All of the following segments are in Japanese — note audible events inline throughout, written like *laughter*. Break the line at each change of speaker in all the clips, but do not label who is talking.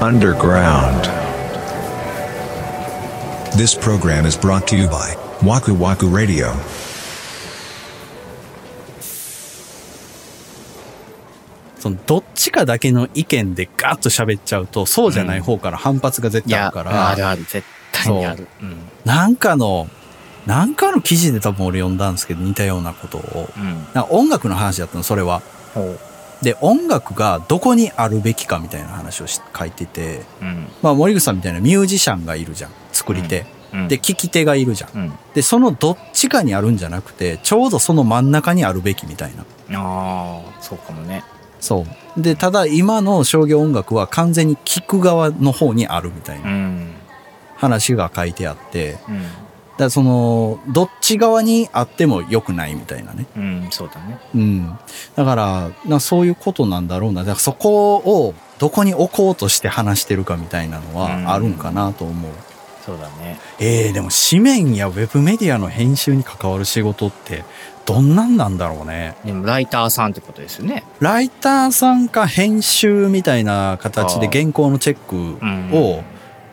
underground.
This program is brought to you by Waku Waku Radio.
そのどっちかだけの意見でガッと喋っちゃうと、そうじゃない方から反発が絶
い
対あ
や
る、から、
あるある、絶対にある。うん。
なんかの、なんかの記事で多分俺読んだんですけど、似たようなことを。
うん。
なんか音楽の話だったの、それは。
ほう。
で、音楽がどこにあるべきかみたいな話をし書いてて、
うん。
まあ森口さんみたいなミュージシャンがいるじゃん。作り手。
うん
で、、聴き手がいるじゃん。
うん。
で、そのどっちかにあるんじゃなくて、ちょうどその真ん中にあるべきみたいな。
ああ、そうかもね。
そう。で、ただ今の商業音楽は完全に聴く側の方にあるみたいな
うん。
話が書いてあって、
うん。
だからその、どっち側にあっても良くないみたいなね。
うん、そうだね。
うん。だから、なそういうことなんだろうな。だからそこをどこに置こうとして話してるかみたいなの
うん
はあるんかなと思う。
そうだね。
ええでも紙面やウェブメディアの編集に関わる仕事ってどんなんなんだろうね。
でも、ライターさんってことですよね。
ライターさんか編集みたいな形で
あー
原稿のチェッ
う
クを、
ん。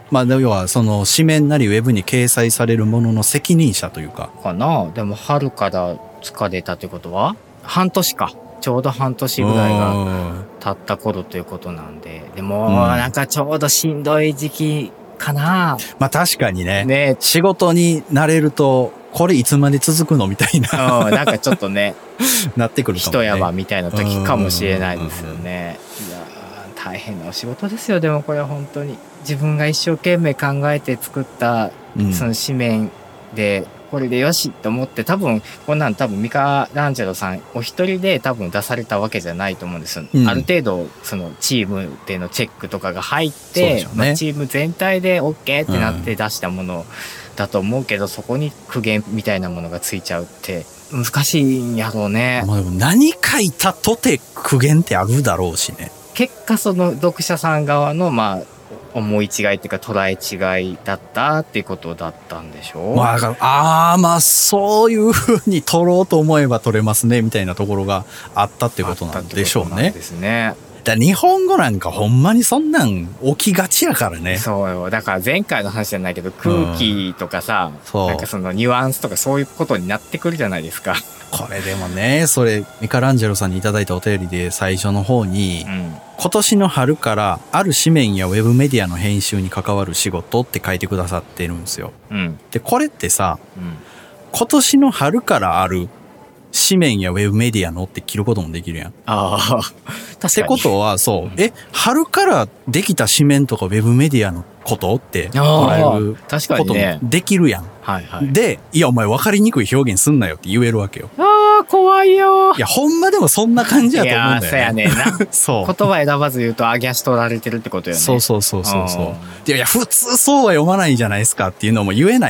まあ要はその紙面なりウェブに掲載されるものの責任者というか。
かなでも、春から疲れたってことは半年か。ちょうど半年ぐらいが
が。
経った頃ということなんで。で
う
も、
ん
なんかちょうどしんどい時期かな
まあ確かにね。
ね
仕事に慣れると、これいつまで続くのみたい
うん、
な、 *laughs*
なんかちょっとね、
なってくるかも、ね。
一山みたいな時かもしれないですよね。いやー大変なお仕事ですよ、でもこれ本当に。自分が一生懸命考えて作った
うん
その紙面で、これでよしと思って、多分、こんなん多分ミカランジェロさんお一人で多分出されたわけじゃないと思うんですよ。
うん
ある程度、そのチームでのチェックとかが入っ
そうで
て、
しょうね
まあチーム全体で OK ってなって出したものだと思うけど、そこに苦言みたいなものがついちゃうって、難しいんやろうね。
まあでも何書いたとて苦言ってあるだろうしね。
結果その読者さん側の、まあ、思い違いっていうか捉え違いだったっていうことだったんでしょう、
まあ、だからああ、まあそういうふうに取ろうと思えば取れますね、みたいなところがあったってことなんでしょう
あったってことなん
ね
で。すね。
だから日本語なんかほんまにそんなん起きがちやからね。
そうよ。だから前回の話じゃないけど、空気とかさ、
そう
なんかそのニュアンスとかそういうことになってくるじゃないですか。
これでもね、それ、ミカランジェロさんにいただいたお便りで最初の方に、
うん。
今年の春からある紙面やウェブメディアの編集に関わる仕事って書いてくださってるんですよ。
うん。
で、これってさ、
うん。
今年の春からある紙面やウェブメディアのって切ることもできるやん。っ
ああ。確
てことは、そうう、え、春からできた紙面とかウェブメディアのことって捉
ああ
える。
確か
こ
に
と
ね
も。できるやん。
はいはい。
で、いや、お前分かりにくい表現すんなよって言えるわけよ。
ああ、怖いよ
いや、ほんまでもそんな感じやと思うん
いやー
だよね。
そうやねんな。
*laughs* そう。
言葉選ばず言うと、あぎゃし取られてるってことよね。
そうそうそうそうそう
うん。
いやいや、普通そうは読まないじゃないですかっていうのも言えな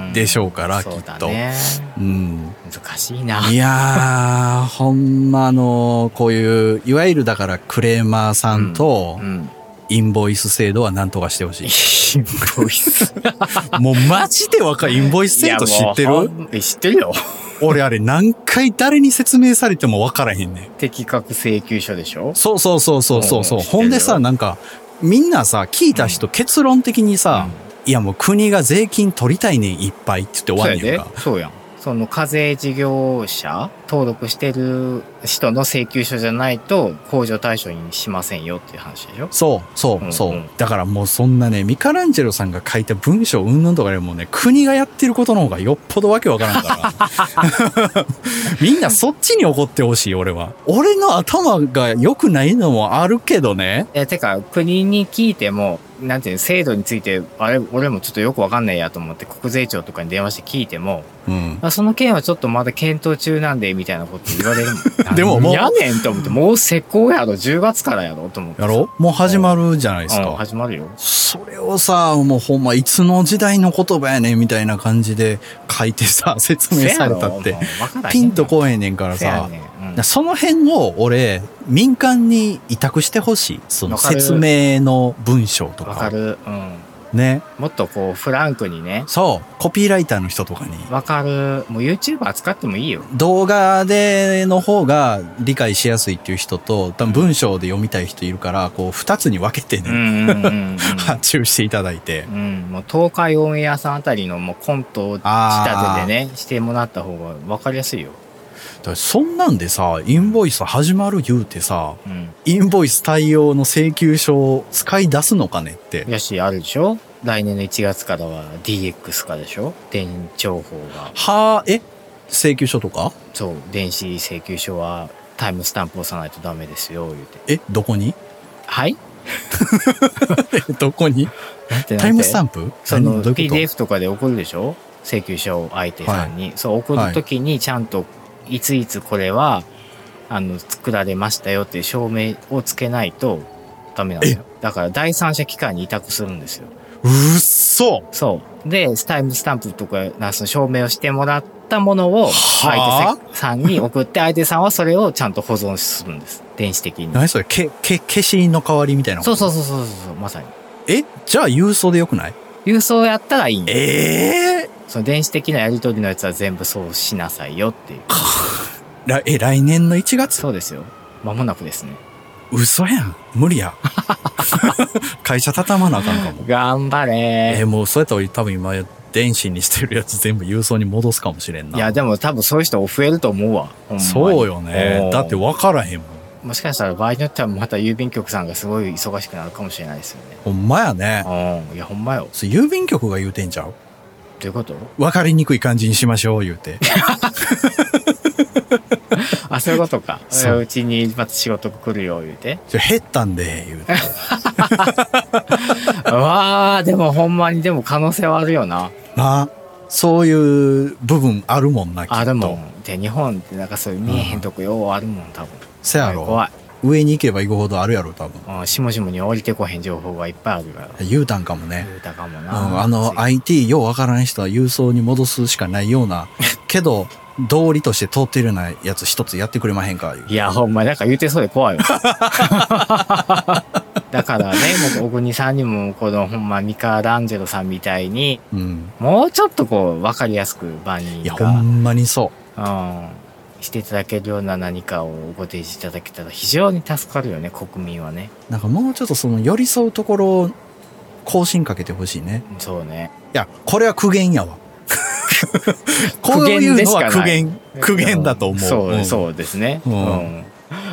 う
い
ん
でしょうから、き
そう
っ
だ
と。
ね。
うん。
難しいな。
いやー、ほんまあの、こういう、いわゆるだからクレーマーさんと
う、ん。
インボイス制度はなんとかしてほしい。
インボイス。
もうマジでわかる。インボイス制度知って
いやもう
る
ほんえ知ってるよ。
俺あれ何回誰に説明されてもわからへんねん。
適格請求書でしょ
そうそうそうそうそうそう。
うん
ほんで
知ってる
さ、
よ
なんか、みんなさ、聞いた人結論的にさ、いやもう国が税金取りたいねんいっぱいって言って終わ
そうん
ねん
やで
か。。
そうやん。その課税事業者登録してる人の請求書じゃないと控除対象にしませんよっていう話でしょ
そう、そうう、
ん。
そううんだからもうそんなね、ミカランジェロさんが書いた文章うんぬんとかよりもね、国がやってることの方がよっぽどわけわからんから。 *laughs* みんなそっちに怒ってほしい、俺は。俺の頭が良くないのもあるけどね。
え、てか、国に聞いても、なんていうの制度について、あれ、俺もちょっとよくわかんないやと思って、国税庁とかに電話して聞いても、
うん。
まあ、その件はちょっとまだ検討中なんで、みたいなこと言われる
*laughs*
もん。
でももう
やねんと思って、もう施工やろ、10月からやろ、と思って
や
さ。
ろもう始まるじゃないです
うん
か。
始まるよ。
それをさ、もうほんまいつの時代の言葉やねんみたいな感じで書いてさ、 *laughs* 説明されたっ
せ
て
やろ、もうわからへん
ピンとこえんねんから
せや
さ。
ねん
だ
うん
からその辺を俺、民間に委託してほしい。その
わかる
説明の文章と
わ
か。
かる。うん。
ね。
もっとこうフランクにね
そう。コピーライターの人とかに。
わかるもう YouTuber 使ってもいいよ
動画での方が理解しやすいっていう人と、多分文章で読みたい人いるから、こう二つに分けて
う
ね、
んうんうんうん、
*laughs* 発注していただいて
う。ん、もう東海オンエアさんあたりのもうコント仕立てでねしてもらった方がわかりやすいよ、
だからそんなんでさ、インボイス始まる言うてさ、
うん、
インボイス対応の請求書を使い出すのかねって。
よしあるでしょ来年の1月からは DX 化でしょ電帳法が
はあ、え請求書とか
そう電子請求書はタイムスタンプ押さないとダメですよ言うて
えどこに *laughs*
はい
どこにタイムスタンプ
その
何どういうこと
PDF とかで送るでしょ請求書を相手さんに、そう送るときにちゃんといついつこれはあの作られましたよっていう証明をつけないとダメなんだよだから第三者機関に委託するんですよ
うっそ
そうでタイムスタンプとかなその証明をしてもらったものを
はあ
相手さんに送って相手さんはそれをちゃんと保存するんです電子的に
何それけ、け、消しの代わりみたいなこと
そうそうそうそうそうまさに
えじゃあ郵送でよくない
郵送やったらいいんよ
ええ
その電子的なやり取りのやつは全部そうしなさいよっていう
らえ、来年の1月
そうですよ。間もなくですね。
嘘やん。無
*laughs*
理や。会社畳まなあかんかも。
頑張
え
れ。
もうそうやったら多分今、電子にしてるやつ全部郵送に戻すかもしれんな。
いや、でも多分そういう人増えると思うわ。ほんまに
そうよね
お。ー
だって分からへんもん。
もしかしたら場合によってはまた郵便局さんがすごい忙しくなるかもしれないですよね。
ほんまやね。
うん。いや、ほんまよ。
そう郵便局が言うてんちゃう
ということ
分かりにくい感じにしましょう、言う
*laughs*
て。
あ、そういうことか。
そう
うちにまた仕事来るよ、言う
*laughs*
て。
ちょ減ったんで、言うて。
うわー、でもほんまに、でも可能性はあるよな。
な。そういう部分あるもんな、きっと。
あるも。ん。で、日本ってなんかそういう見えへんとこようあるもん、多分。
せやろ。
怖い。
上に行けば行くほどあるやろ、多分。
うん、しもしもに降りてこへん情報がいっぱいあるから。
言うたんかもね。
言うたかも
うん、
な。
あの、IT ようわからん人は郵送に戻すしかないよう
*laughs*
な、けど、道理として通ってるようなやつ一つやってくれまへんか、言う
いや、ほんま、なんか言うてそうで怖い
*laughs*
わ。だからね、もう、小国さんにも、この、ほんま、ミカ・ランジェロさんみたいに、
うん。
もうちょっとこう、わかりやすく万人
いや、ほ
が、
んまにそ
うん、していただけるような何かをご提示いただけたら、非常に助かるよね、国民はね。
う。なんかもうちょっとその寄り添うところを更新かけてほしいね。
そうね。
いや、これは苦言や
*laughs*
わ。こ
苦
う
言
いう
で
の
し
は
かな
い苦言。苦言だと思う。
そう、
ん
そうですね。
う
うんん。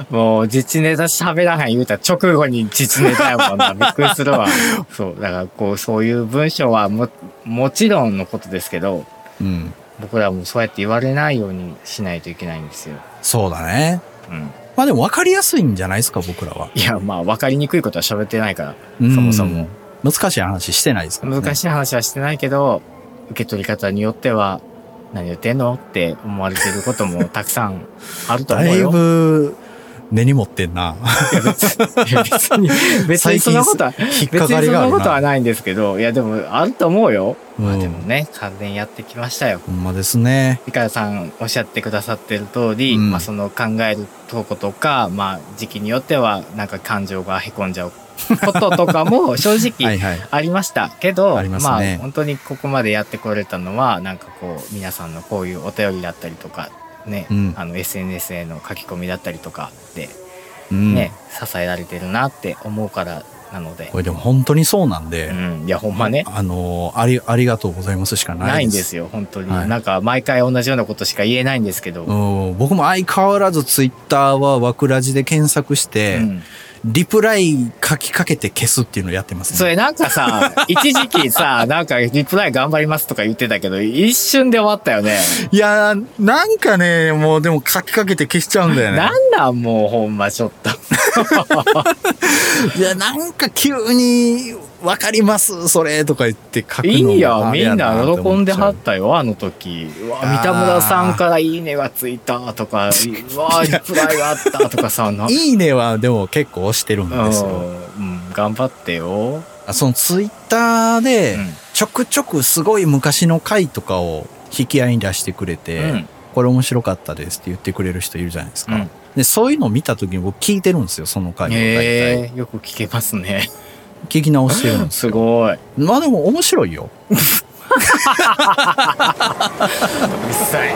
もう、実ネタ喋らへん言うたら直後に実ネタやもんな。びっくりす
*laughs*
るわ。そう、だから、こう、そういう文章はも、もちろんのことですけど、
うん。
僕らもそうやって言われないようにしないといけないんですよ。
そうだね。
うん。
まあでも分かりやすいんじゃないですか、僕らは。
いや、まあ、分かりにくいことは喋ってないから、
そ
そもそも。。
難しい話してないですから、ね。
難しい話はしてないけど、受け取り方によっては、何言ってんのって思われてることもたくさんあると思う
だい
よ。
ぶ、根に持ってん
*laughs*
な。
いや別にいや別に、別にそんなことは、
引っ
別
かか
に
り
そん
があ
な
る
ことは
な。
ないんですけど、いや、でも、あると思うよ。ま
う
あ
ん
でもね、完全にやってきましたよ。
ほんまですね。
ミカヤさんおっしゃってくださってる通り、
うん
まあその考えるとことか、まあ時期によってはなんか感情がへこんじゃうこととかも正
*laughs* は
直
いはい。
ありましたけど、
あります
ま
ね
あ本当にここまでやってこれたのは、なんかこう皆さんのこういうお便りだったりとか、ね、
うん
あの SNS への書き込みだったりとかで
うん。
ね、支えられてるなって思うからなので
こ、れでも本当にそうなんで、
うん、いやほんまね、
あのーあり、ありがとうございますしか
な
ないい
ん
です。
ですよ、本当に。
はい
なんか毎回同じようなことしか言えないんですけど、
うん、僕も相変わらずツイッターは枠ラジで検索して、
うん
リプライ書きかけて消すっていうのをやってます
そ
ね。
れなんかさ、一時期さ、なんかリプライ頑張りますとか言ってたけど、一瞬で終わったよね。
いやー、なんかね、もうでも書きかけて消しちゃうんだよ *laughs* ね
*laughs* な。んだもうほんまちょっと。
いや、なんか急に、わかります、それ、とか言って書くの
い
も
いよ
あ、れ
みんな
と思っちゃう
喜んではったよ、あの時。うわ、三田村さんからいいねがついたとか、うわ、リプライがあったとかさ、な、
いいねは、でも結構押してるん
う
ですよ。
ん、うん頑張ってよ。
あそのツイッターで
うん、
ちょくちょくすごい昔の回とかを引き合いに出してくれて、
うん
これ面白かったですって言ってくれる人いるじゃないですか。
うん
で、そういうのを見た時に僕聞いてるんですよ、その回を大体。
ええよく聞けますね。
聞き直してるんです
すごい。
まあでも面白いよ
うっさい。